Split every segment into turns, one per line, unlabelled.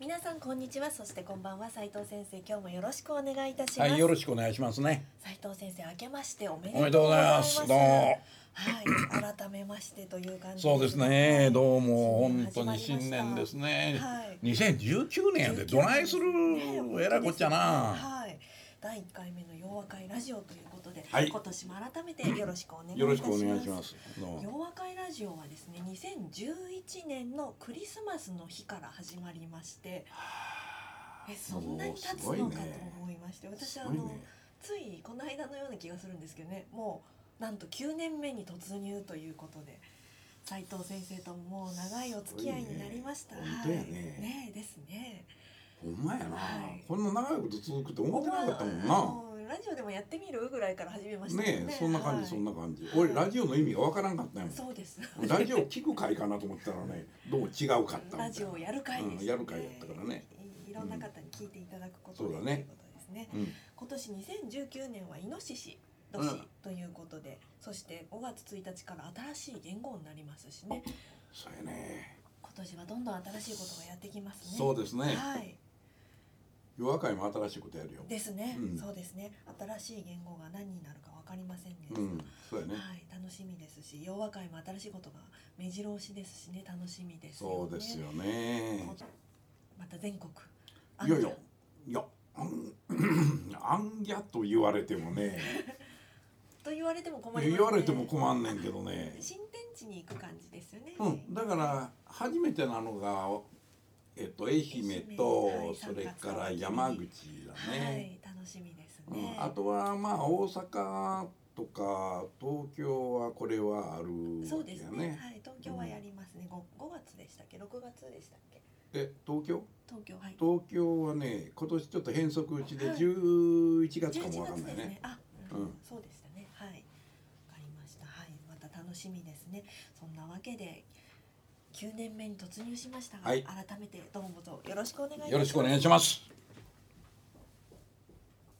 皆さんこんにちはそしてこんばんは斉藤先生今日もよろしくお願いいたします、
はいよろしくお願いしますね
斉藤先生明けましておめ
おめでとうございますどうも
はい改めましてという感じ
そうですねどうも本当に新年です
ね
ね
はい
2019年やでどないするえらいこっちゃな
はい第一回目の洋和会ラジオということで、
はい
今年も改めてよろしくお願いいたします
よろしくお願いしますどうも
洋和会ラジオはですね2011年のクリスマスの日から始まりましてえそんなに経つのかと
すごいね
思いまして、私
す
あ
ごい
の、
ね
ついこの間のような気がするんですけどねもうなんと9年目に突入ということで斉藤先生とももう長いお付き合いになりました、
すごいね本当やね
はいねえですね
ほんまやな
はい
こんな長いこと続くって思ってなかったもん
まあ
な
あのラジオでもやってみるぐらいから始めました
ねえそんな感じそん
な、
な感じ俺ラジオの意味がわからんかった
は
よ
いそうです
ラジオ聞く会かなと思ったらねどうも違うかったみたいな
ラジオをやる会です、
うんやる会やったからね
いいろんな方に聞いていただくこと
う
で、
んそうだね
ということですね
うん
今年2019年はイノシシ
う
年
ん
ということで、そして5月1日から新しい言語になりますしね
そうやね
今年はどんどん新しいことがやってきますね
そうですね
はい
夜明かりも新しいことやるよ
ですね、
うん
そうですね新しい言語が何になるか分かりませんね、
うんそうやね
はい楽しみですし洋和会も新しいことが目白押しですしね楽しみですよね
そうですよね
こまた全国
いやいやいやあんあんぎゃと言われてもね
と言われても困ります、ね、
言われても困んねんけどね
新天地に行く感じですよね。
うんだから初めてなのがえっと愛媛と
愛媛はい
それから山口だ
は
ね
い、楽しみです
う
ね。
んあとはまあ大阪とか東京はこれはある
そう
わけ
です
や
ね
ね。
はい、東京はやりますね。五、五月でしたっけ、六月でしたっけ。
え東京
東京はい。
東京はね今年ちょっと変則うちで
はい
11月か
11
もわかん
月
ない
ですね
ね。。
あ、
う
うんん、そうでしたね。はい。わかりました。はい、また楽しみですね。そんなわけで。9年目に突入しましたが、
はい
改めてどうもどうぞよろしくお願いいたします。
よろしくお願いします。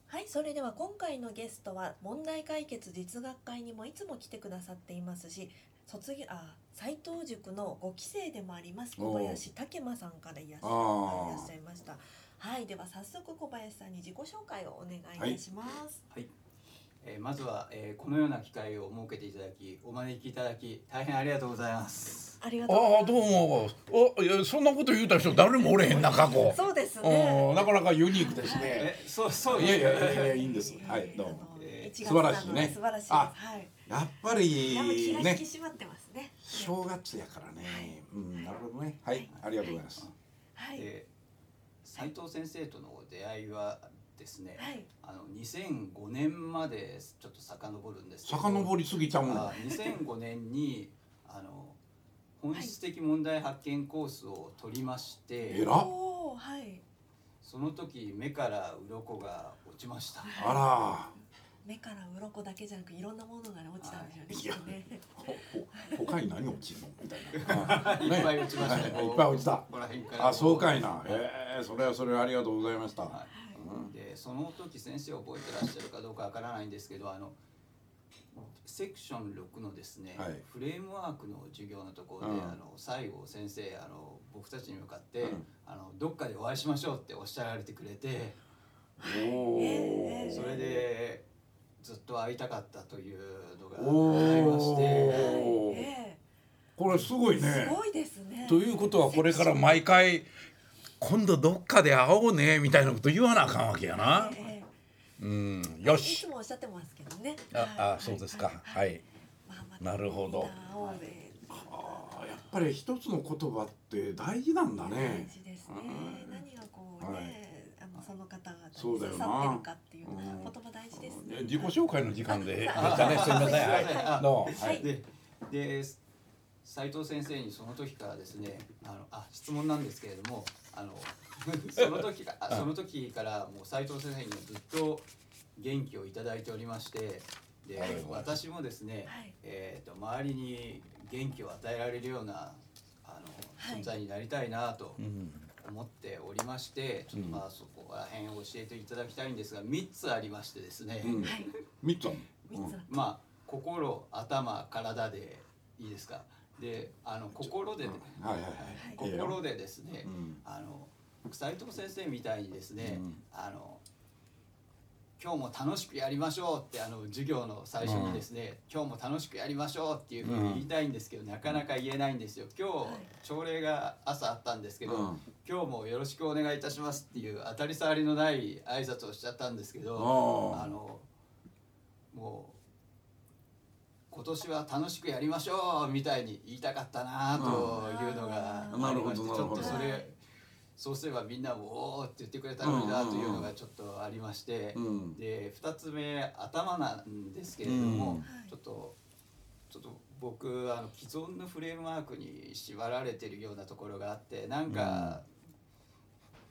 はい、それでは今回のゲストは問題解決実学会にもいつも来てくださっていますし、卒業あ斉藤塾のご期生でもあります
おう
小林武馬さんからいらっしゃ
あー
いらっしゃいました。はい、では早速小林さんに自己紹介をお願いいたします。
はい、えー、まずは、えー、このような機会を設けていただきお招きいただき大変ありがとうございます
ありがとうござ
あ
いま
あ
す。
どうもおいやそんなこと言うた人誰もおれへんな過去。
そうです
うん
ね。
なかなかユニークですね。
えそうそう
い
です
や
ね
いやいやいやいいんです。はいどうも。
あの
えー
1月
素晴らしいね
なので素晴らしいです。
あ
はい。
やっぱ
やっぱ気
り
が引き
ね
締まってますね。
正月やからね。うんなるほどね。はいありがとうございます。
はい
え斉藤先生との出会いはですね、
はい
あの2005年までちょっと遡るんですけど
遡りすぎちゃうもん。
あ2005年にあの本質的問題発見コースを取りまして、
えら
おーはい。
その時目から鱗が落ちました
あら
目から鱗だけじゃなくいろんなものがね落ちたんでしょうね。きっとね
ほほ他に何落ちるのみたいな。
いっぱい落ちましたね
はいいっぱい落ちた
こ。こら辺から
あそうかいな。ええそれはそれはありがとうございました。
は
うん
い、でその時先生覚えてらっしゃるかどうかわからないんですけどあのセクション6のですね、
はい
フレームワークの授業のところで、
うん
あの最後先生あの僕たちに向かって、
うん
あのどっかでお会いしましょうっておっしゃられてくれて
お
え
お。
え
それでずっと会いたかったというのが
おー
ありまして
おー
え
これすご
え
いね
す。ごいですね。
ということはこれから毎回今度どっかで会おうねみたいなこと言わなあかんわけやな。
え
うん
え
よ
い
し
つ。もおっしゃってますけどね。
ああそうですか。は。い。
まあまた
なるほど
みんな青で
あやっぱり一つの言葉って大事なんだ
大
ね。
事です
う
ね
ん。
何がこう
はい
ね、あのその方々に
そうだよ
刺
な
さってるかっていう
うん
言葉大事ですね。
自己紹介の時間でし
あ
たね。すみません。
すいま
は
せん
い。
あ
どうも。
はい
でで斉藤先生にその時からですねあのあ質問なんですけれどもあの その時かあその時からもう斉藤先生にはずっと元気をいただいておりましてで、
はいはい
私もですね、
はい
えー、と周りに元気を与えられるようなあ
は
の
い
存在になりたいなと
うん
思っておりまして、ちょっとまあそこら辺を教えていただきたいんですが3つありましてですね、
うん
はい
見たの
三つある
まあ心頭体でいいですかであの心で、
はいはいはい
はい
心でですね、
うん
あの斉藤先生みたいにですね、
うん
あの今日も楽しくやりましょうってあの授業の最初にですね、今日も楽しくやりましょうっていうふうに言いたいんですけど、なかなか言えないんですよ今日、
い
朝礼が朝あったんですけど、
うん
今日もよろしくお願いいたしますっていう当たり障りのない挨拶をしちゃったんですけど、
あ
あのもう今年は楽しくやりましょうみたいに言いたかったなというのが
うんなるほどな
ありまして、
るほど
ちょっとそ
はい
れそうすればみんなも「おーって言ってくれたのにな
うん
と
うんうん
いうのがちょっとありまして、
うん
で2つ目頭なんですけれども、
うん
はい
ちょっとちょっと僕あの既存のフレームワークに縛られてるようなところがあってなんか、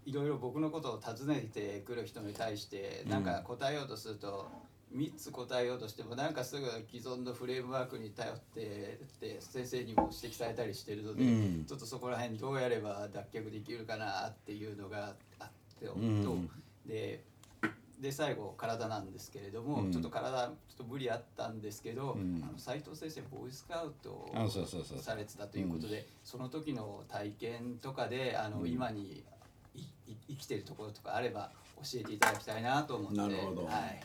いろいろ僕のことを尋ねてくる人に対してなんか答えようとすると。3つ答えようとしてもなんかすぐ既存のフレームワークに頼ってって先生にも指摘されたりしてるので、
うん
ちょっとそこら辺どうやれば脱却できるかなっていうのがあってと、
うん
でで最後体なんですけれども、
うん
ちょっと体ちょっと無理あったんですけど、
うん
あの斉藤先生ボーイスカウトを
あそうそうそう
されてたということで、その時の体験とかであの、
うん
今にいい生きてるところとかあれば教えていただきたいなと思って
なるほど
はい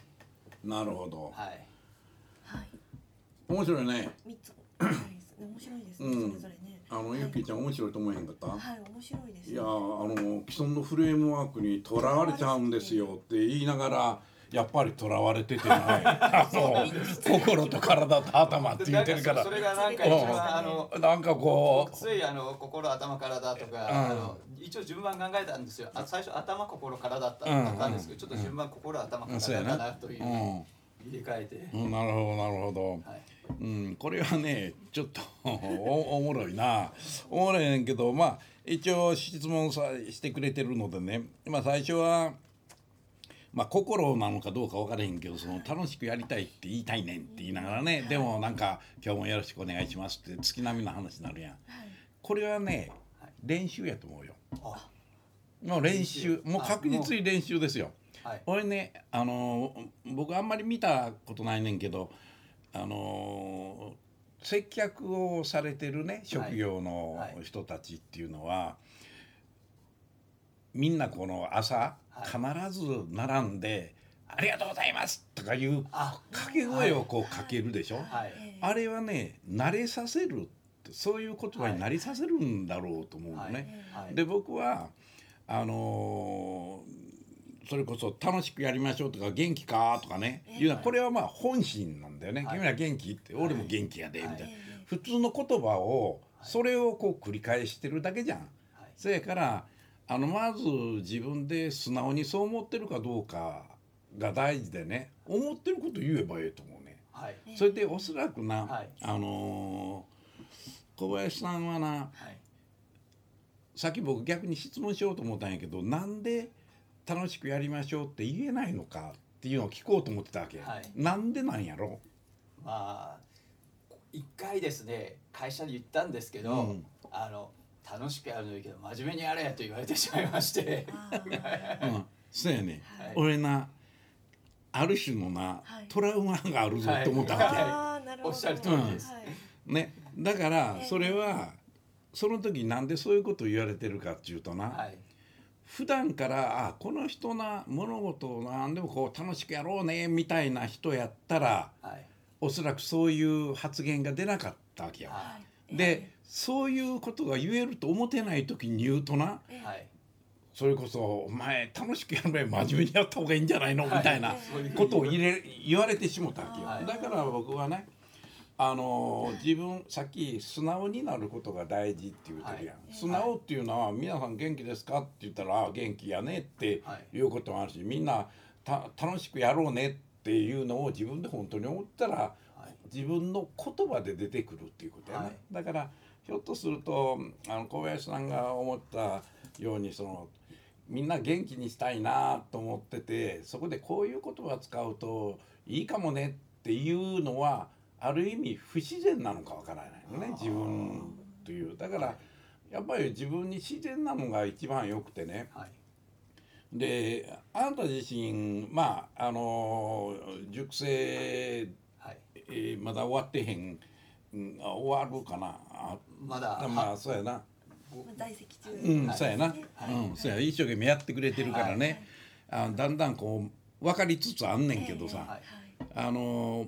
なるほど
はい
はい。
面白いね
三つ面白いですね。面
うん
白いですね。それぞれね。
あのゆっきーちゃん面白いと思えへんかった、
はい、面白いです、ね。
いやーあの既存のフレームワークにとらわれちゃうんですよって言いながらやっぱりとらわれててな
あそう心と体と頭って
で
言ってるか
な
ら
んそれがなんか一
うん
番あの
なんかこう
ついあの心頭からだとか、
うん
あの一応順番考えたんですよあ最初頭心からだった
うん
だったんですけど、ちょっと順番心頭から
そうや
だ
な
かなという、入れ替えて、
うん、なるほどなるほど、
はい
うん、これはねちょっと おおもろいなおもろいねんけどまあ一応質問さしてくれてるのでね、まあ、最初は、まあ、心なのかどうか分からへんけどその楽しくやりたいって言いたいねんって言いながらねでもなんか「今日もよろしくお願いします」って月並みの話になるやん。これはね練習やと思うよ。
あ
もう練習もう確実に練習ですよ。
はい
俺ねあのー僕あんまり見たことないねんけどあのー接客をされてるね職業の
はい
人たちっていうのは、みんなこの朝、
は
必ず並んで「ありがとうございます」とかいう
あ
掛け声をこうかけるでしょ、
はい
え
あれはね慣れさせるってそういう言葉になりさせるんだろうと思うのね。
はいはい
で僕はあのーそれこそ「楽しくやりましょう」とか「元気か?」とかねいうのはこれはまあ本心なんだよね「
はい
君ら元気?」って「俺も元気やで」みたいな
ええ
普通の言葉をそれをこう繰り返してるだけじゃん。
はい
そやからあのまず自分で素直にそう思ってるかどうかが大事でね思ってること言えばええと思うね。
はい
ええ
それでおそらくな、
はい
あのー小林さんはな
はい
さっき僕逆に質問しようと思ったんやけどなんで楽しくやりましょうって言えないのかっていうのを聞こうと思ってたわけ、
はい
なんでなんやろ
まあ一回ですね会社に言ったんですけど、
うん
あの楽しくやるのいいけど真面目にやれと言われてしまいまして
あー
うんそうやね、
はい
俺なある種のな、
はい
トラウマがあるぞって思ったわけ、
はい
あー、なるほど。
おっしゃる通りです
はい
ねだから
ええ
それはその時なんでそういうことを言われてるかっていうとな、
はい
普段からあこの人な物事を何でもこう楽しくやろうねみたいな人やったら
はい
おそらくそういう発言が出なかったわけよ。
は
でそういうことが言えると思ってない時に言うとない
はい
それこそ「お前楽しくやれば真面目にやった方がいいんじゃないの?」みたいな
はい
そういうふうに
ことを入れ言われてしもたわ
は
け
い
よ。だから僕はねあの自分さっき素直になることが大事って言うてるやん、
は
素直っていうのは「皆さん元気ですか?」って言ったらあ「元気やね」っていうこともあるしみんなた楽しくやろうねっていうのを自分で本当に思ったら
はい
自分の言葉で出てくるっていうことやね、
はい
だからひょっとするとあの小林さんが思ったようにそのみんな元気にしたいなと思っててそこでこういう言葉使うといいかもねっていうのはある意味不自然なのかわからないよね自分というだからやっぱり自分に自然なのが一番よくてね、
はい
であなた自身まああの熟成、え
はい
ーまだ終わってへん、うん、あ終わるかなあ
まだ
あまあそうやな
まあ在籍中。
うん、
はい
そうやな、
はい
うんそうや一生懸命やってくれてるからね、あだんだんこう分かりつつあんねんけどさ、
はい
あの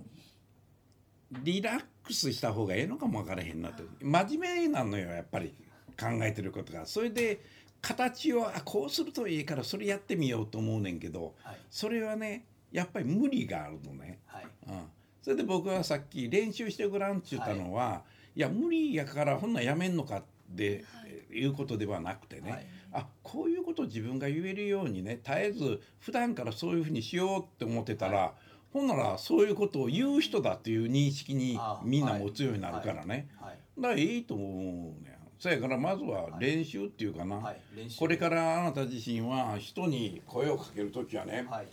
リラックスした方がええのかも分からへんなって真面目なのよやっぱり考えてることがそれで形をあこうするといいからそれやってみようと思うねんけど
はい
それはねやっぱり無理があるのね、
はい
うん、それで僕はさっき練習してごらんっちゅったのは、い、や無理やからほんなんやめんのかっていうことではなくてね、
はい
あこういうことを自分が言えるようにね絶えず普段からそういうふうにしようって思ってたら、ほんならそういうことを言う人だっていう認識に
ああ
みんな持つようになるからね、
はい
だからいいと思うねんそやからまずは練習っていうかな、
はい練習
これからあなた自身は人に声をかける時はね、
はい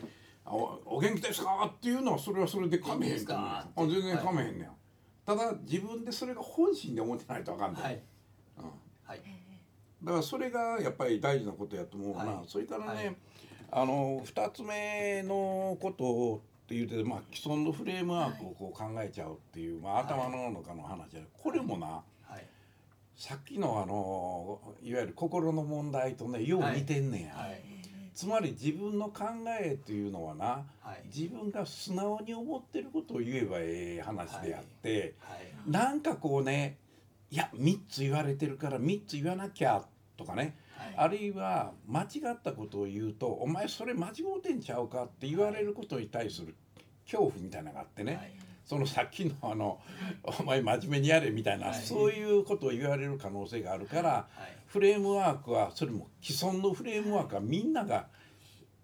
あおお元気ですかっていうのはそれはそれでかめへんと思うよあ
元気で
全
すか
然かめへんねん、ただ自分でそれが本心で思ってないとあかんねん、
はい
うん
はい
だからそれがやっぱり大事なことやと思うな、
はい
それからね、
はい
あの2つ目のことって言うて、まあ、既存のフレームワークをこう考えちゃうっていう、まあ、頭の中の話で、これもな
はい
さっきのあのいわゆる心の問題とねよう似てんねんや、
はい
つまり自分の考えというのはな
はい
自分が素直に思ってることを言えばええ話であって。
はい
なんかこうねいや3つ言われてるから3つ言わなきゃとかね、あるいは間違ったことを言うと「お前それ間違うてんちゃうか?」って言われることに対する恐怖みたいなのがあってね、
はい
そのさっきのあの「お前真面目にやれ」みたいな、
はい
そういうことを言われる可能性があるから、
はい
フレームワークはそれも既存のフレームワークはみんなが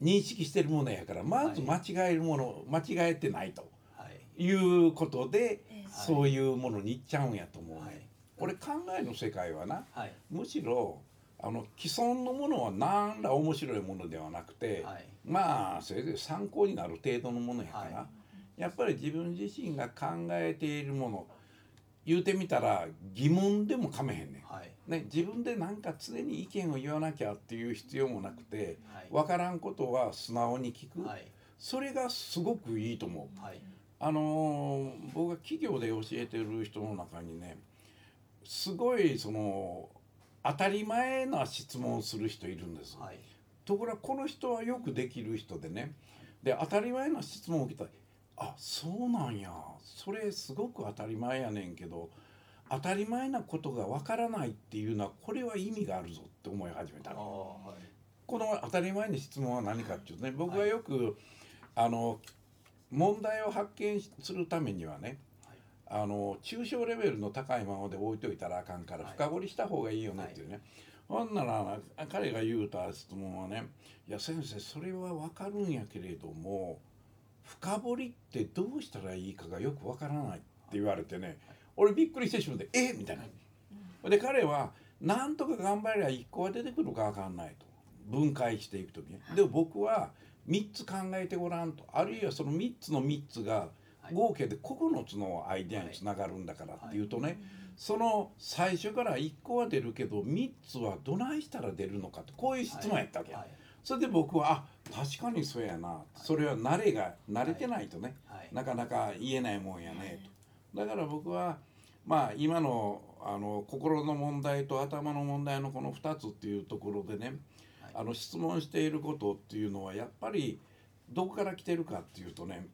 認識してるものやからまず間違えるもの、間違えてないと。
はい
いうことで、
ええ
そういうものに行っちゃうんやと思うね、
はい
俺考えの世界はな
はい
むしろあの既存のものは何ら面白いものではなくて、
はい
まあそれで参考になる程度のものやから、
は
やっぱり自分自身が考えているもの言うてみたら疑問でもかめへんねん。
はい
ね、自分でなんか常に意見を言わなきゃっていう必要もなくて
はい
分からんことは素直に聞く、
はい
それがすごくいいと思う。
はい
あのー僕が企業で教えてる人の中にねすごいその当たり前な質問をする人いるんです、
はい
ところがこの人はよくできる人でねで当たり前な質問を受けたら「あそうなんやそれすごく当たり前やねんけど当たり前なことがわからないっていうのはこれは意味があるぞ」って思い始めた
あ
の。
あはい
この当たり前の質問は何かっていうとね僕はよく、あの問題を発見するためにはね
はい
あの抽象レベルの高いままで置いといたらあかんから
はい
深掘りした方がいいよねっていうね、ほんなら彼が言うた質問はね「いや先生それは分かるんやけれども深掘りってどうしたらいいかがよく分からない」って言われてね俺びっくりしてしまって「えみたいな。で彼はなんとか頑張りゃ一個は出てくるかわかんないと分解していくときねでも僕は3つ考えてごらんとあるいはその3つの3つが
はい
合計で9つのアイデアにつながるんだからっていうとね、その最初から1個は出るけど3つはどないしたら出るのかとこういう質問やったわけ、
はい
それで僕はあ確かにそうやな、それは慣れが慣れてないとね、
はい
なかなか言えないもんやねとだから僕はまあ今のあの心の問題と頭の問題のこの2つっていうところでね、
はい
あの質問していることっていうのはやっぱりどこから来てるかっていうとね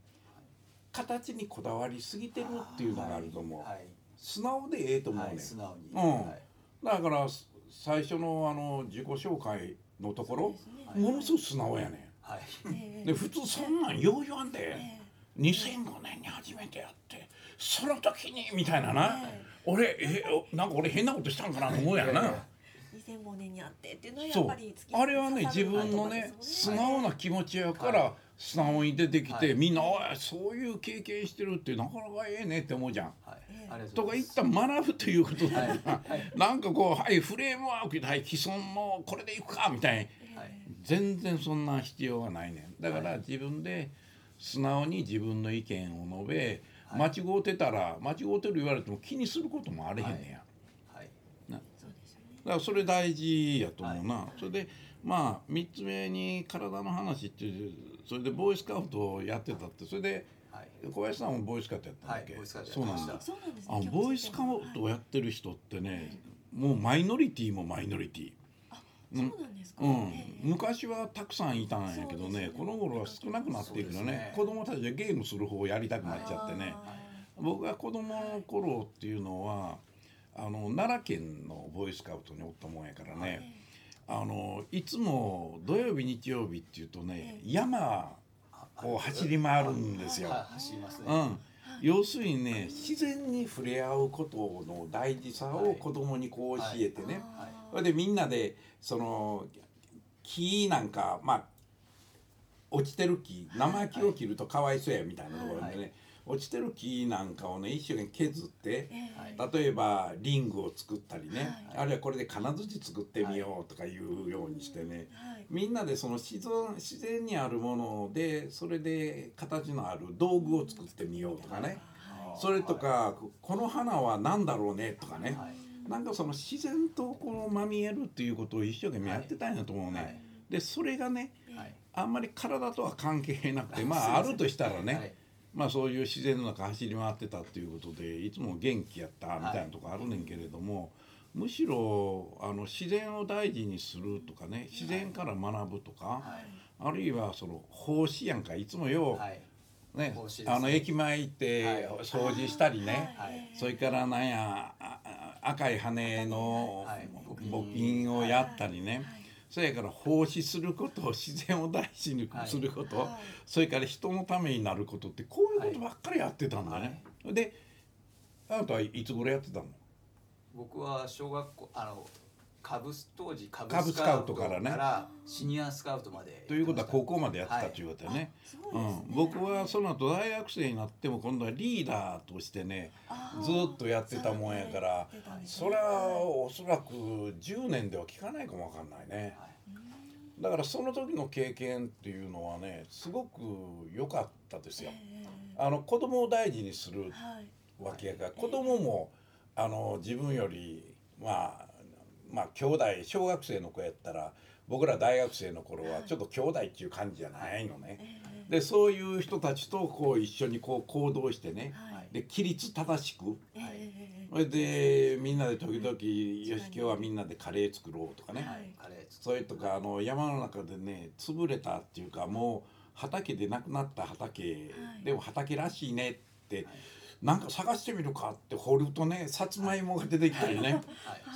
形にこだわりすぎてるっていうのがあると思う、
はい
素直でええと思うねん、
はい素直に
うん
はい
だからす最初のあの自己紹介のところ、
そうですね
ものすごく素直やね
はい
え
ん
え
で普通そんなんよう言わんで。
ええ
2005年に初めてやってその時にみたいなな、
ええ
俺えおなんか俺変なことしたんかなと思うやろな、
2005年にあってっていうのはや
そ
っ
う
ぱり突き
あれは
刺
ね
さ
自
る
分の
言葉
ね
です
素
もん
直な気持ちやから、
は
素直に出てきて、
はい
みんなおいそういう経験してるってなかなかええねって思うじゃん。
はい
ええ
ありがと
と
うご
か
ざいま
一
す
旦学ぶということだよな、
はい
なんかこうはいフレームワークで、はい、既存のこれでいくかみたいに
はい
全然そんな必要がないねんだから
はい
自分で素直に自分の意見を述べ、
は
間
い
違うてたら間違うてる言われても気にすることもあれへんねんや、
はい
そうですよね。
だからそれ大事やと思うな、それでまあ3つ目に体の話っていうそれでボーイスカウトをやってたってそれで
はい
小林さんもボーイスカウトやったんだっけ、
はいボーイスカウト
そう
やって
な
まし
ん
た
だ
あそうなんですね。共
あ
通点
ボーイスカウトをやってる人ってねもうマイノリティもマイノリティ
はいそうなんですか。
う
え
ん、
え
昔はたくさんいたんやけど
そうです
ね
ね
この頃は少なくなっていく
そ
よ
う
ね
ですね
子供たちがゲームする方をやりたくなっちゃってね
あ
僕が子供の頃っていうのはあの奈良県のボーイスカウトにおったもんやから
ー
ね、あのいつも土曜日日曜日っていうとね
ええ
山
あ
を走り回るんですよ
は。い走りますね、
う
は
ん、要するにね自然に触れ合うことの大事さを子供にこう教えてね、
あー
それでみんなでその木なんかまあ落ちてる木生木を切るとかわいそうやみたいなところでね、
は
落ちてる木なんかをね一生懸命削って
ええ
はい
例えばリングを作ったりね、
はい
あるいはこれで金槌作ってみようとかいうようにしてね、
はい。
みんなでその自然自然にあるものでそれで形のある道具を作ってみようとかね
は
それとかこの花は何だろうねとかね、
はい
なんかその自然とこうまみえるっていうことを一生懸命やってたんやと思うね、
はい
でそれがね
い
はい
あんまり体とは関係なくて
すい
ま
ま
ああ
せん
るとしたらね、
はい
まあそういう自然の中走り回ってたっていうことでいつも元気やったみたいなとこあるねんけれども、むしろあの自然を大事にするとかね自然から学ぶとか、あるいはその奉仕やんかいつもよう、
はい
ね
奉仕ですね
あの駅前行って
はい
掃除したりね、
はい
はい
それからなんやああ赤い羽の
はい
募金をやったりね、それから奉仕することを自然を大事にすること、
はい
それから人のためになることってこういうことばっかりやってたんだね。であなたはいつ頃やってたの
僕は小学校あのカブス当時カ
カブスカウトからね
シニアスカウトまでやってました
ということは高校までやってたということだよね。
あすごいですね
うん、僕はその後大学生になっても今度はリーダーとしてねずーっとやってたもんやからそれはおそらく10年では聞かないかもわかんないね
は
だからその時の経験っていうのはねすごく良かったですよ。あの子供を大事にする
はい。
わけやから子供もあの自分よりまあまあ兄弟小学生の子やったら僕ら大学生の頃はちょっと兄弟っていう感じじゃないのね。でそういう人たちとこう一緒にこう行動してね
はい。
で規律正しく
え
それでみんなで時々「よし今日はみんなでカレー作ろう」とかね、
はいカレー
それとかあの山の中でね潰れたっていうかもう畑でなくなった畑、
はい
でも畑らしいねって、なんか探してみるかって掘るとねさつまいもが出てきたりね、
はい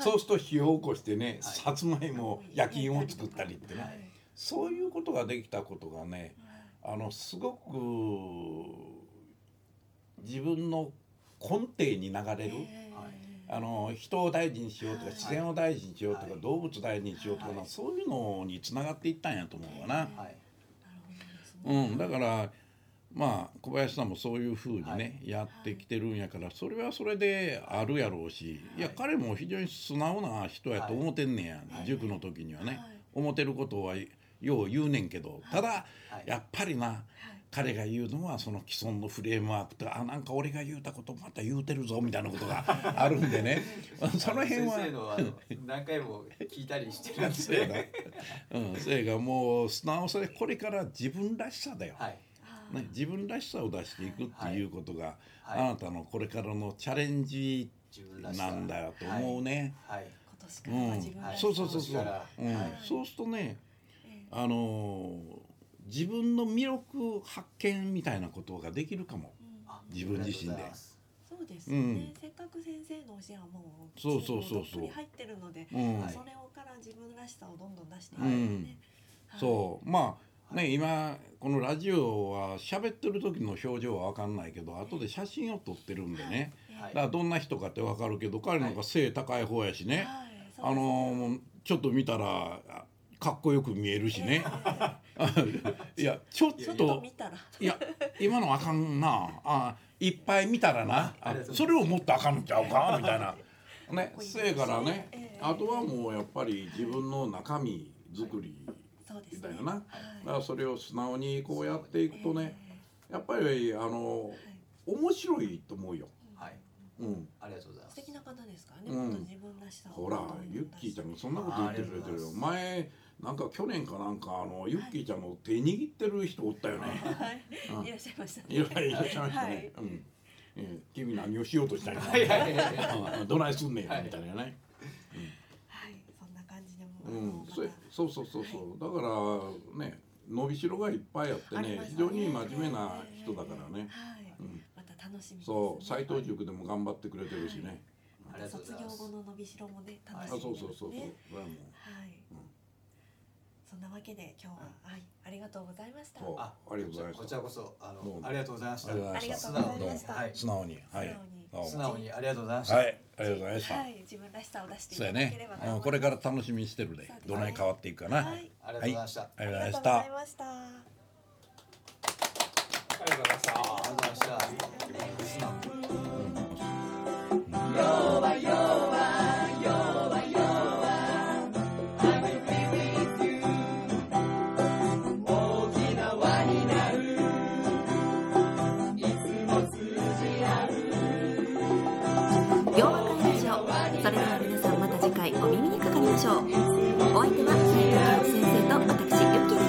そうすると火を起こしてね、
はい
さつまいも焼き芋を作ったりってね、
はい
そういうことができたことがねあのすごく自分の根底に流れる。あの人を大事にしようとか
はい
自然を大事にしようとか
はい
動物を大事にしようとか
は
ないそういうのにつながっていったんやと思う
は
わな。
はい
うん、だからまあ小林さんもそういうふうにね、
は
やってきてるんやからそれはそれであるやろうし、い、や
はい
彼も非常に素直な人やと思ってんねや、
はい
塾の時にはね、
はい
思ってることはよう言うねんけどただ、
はい
やっぱりな、彼が言うのはその既存のフレームワークとあなんか俺が言うたことまた言うてるぞみたいなことが あるんで ねその辺は
先生のあの何回も聞いたりしてるん
そうや
で
な、うん、それがもう素直さでこれから自分らしさだよ、
はい
ね、自分らしさを出していくっていうことが、
はい
あなたのこれからのチャレンジ
自分らしさ
なんだよと思うね。
はい
今年からは自
う
分
ん
らしさ
そうそうそうそ
は
う、
い
うん
はい
そうするとね
え
あのー自分の魅力発見みたいなことができるかも。
うん
あ
自分自身で
ありがとうございます
そうですよね、
うん
せっかく先生の教えはもう
そうそうそうそう
どっぷり入ってるので、
うん
はい
それをから自分らしさをどんどん出してい
うん
ね、はい
そうまあね今このラジオは喋ってる時の表情は分かんないけど後で写真を撮ってるんでね
はい
だ
はい
からどんな人かって分かるけど彼なんか背高い方やしね
はいそうです
あのーちょっと見たらあ
かっこよく見えるし ねいやちょっ
ちょっと
と
見たら
いや今のあかんなあいっぱい見たらなあそれをもっとあかんのちゃうかみたいな
ね、
こいいです
せやからね、
ええ
あとはもうやっぱり自分の中身作り
そうです
だ
ね
よな、
はい
だからそれを素直にこうやっていくとね、
え
やっぱりあの
えはい
面白いと思うよ、
はい
うん、
ありがとうございま
素
す
敵な方ですから
う
ね、
ん
本当自分らしさを
ほら
どんどん出して
ユッキーちゃんがそんなこと言ってくれてるよ前なんか去年かなんかあのユッキーちゃんの手握ってる人おったよね、う
は
ん
い、いらっしゃいました
い、らいらっしゃいましたね、
はい
うんええ君何をしようとしたんや
はいはいはいはい
うんどないすんねんやみたいなね、
はい、そんな感じでも、
う
あの
ん
ま、た
そそうそうそうそう、だからね伸びしろがいっぱいあって
あり
ね
ます
非常に真面目な人だからね、
はい、
うん、
また楽しみです、ね。
そう斎藤塾でも頑張ってくれてるしね、
ありがとうご
卒
ざい
業
ます
後の伸びしろもね、楽
あ
し
そ
み
う
です、
そ
ね。
うそうそう、それはも
はい。
うん
そんなわけで今日は、はい、ありがとうございました。
そう
あ
ありがとうございました
こちらこそあ
どう
の
も
ありがとうございました
ありがとうございました
ありがとうございました。
は
はいい、
素直にはい
素
どう
素
も
直にありがとうございました、
はいありがとうございました、
自分らしさを出してい
そう
た
や
だけ
ね
れば、
うんこれから楽しみにしてるで
そうですね
どない変わっていくかな、
はい
ありがとうございました、
ありがとうご
あ
ざい
り
ま
が
し
とうご
た
ざいました。
ありがとうございましたありがとうございました
洋和会ラジオそれでは皆さんまた次回お耳にかかりましょうお相手は斉藤健一先生と私ゆっきーでした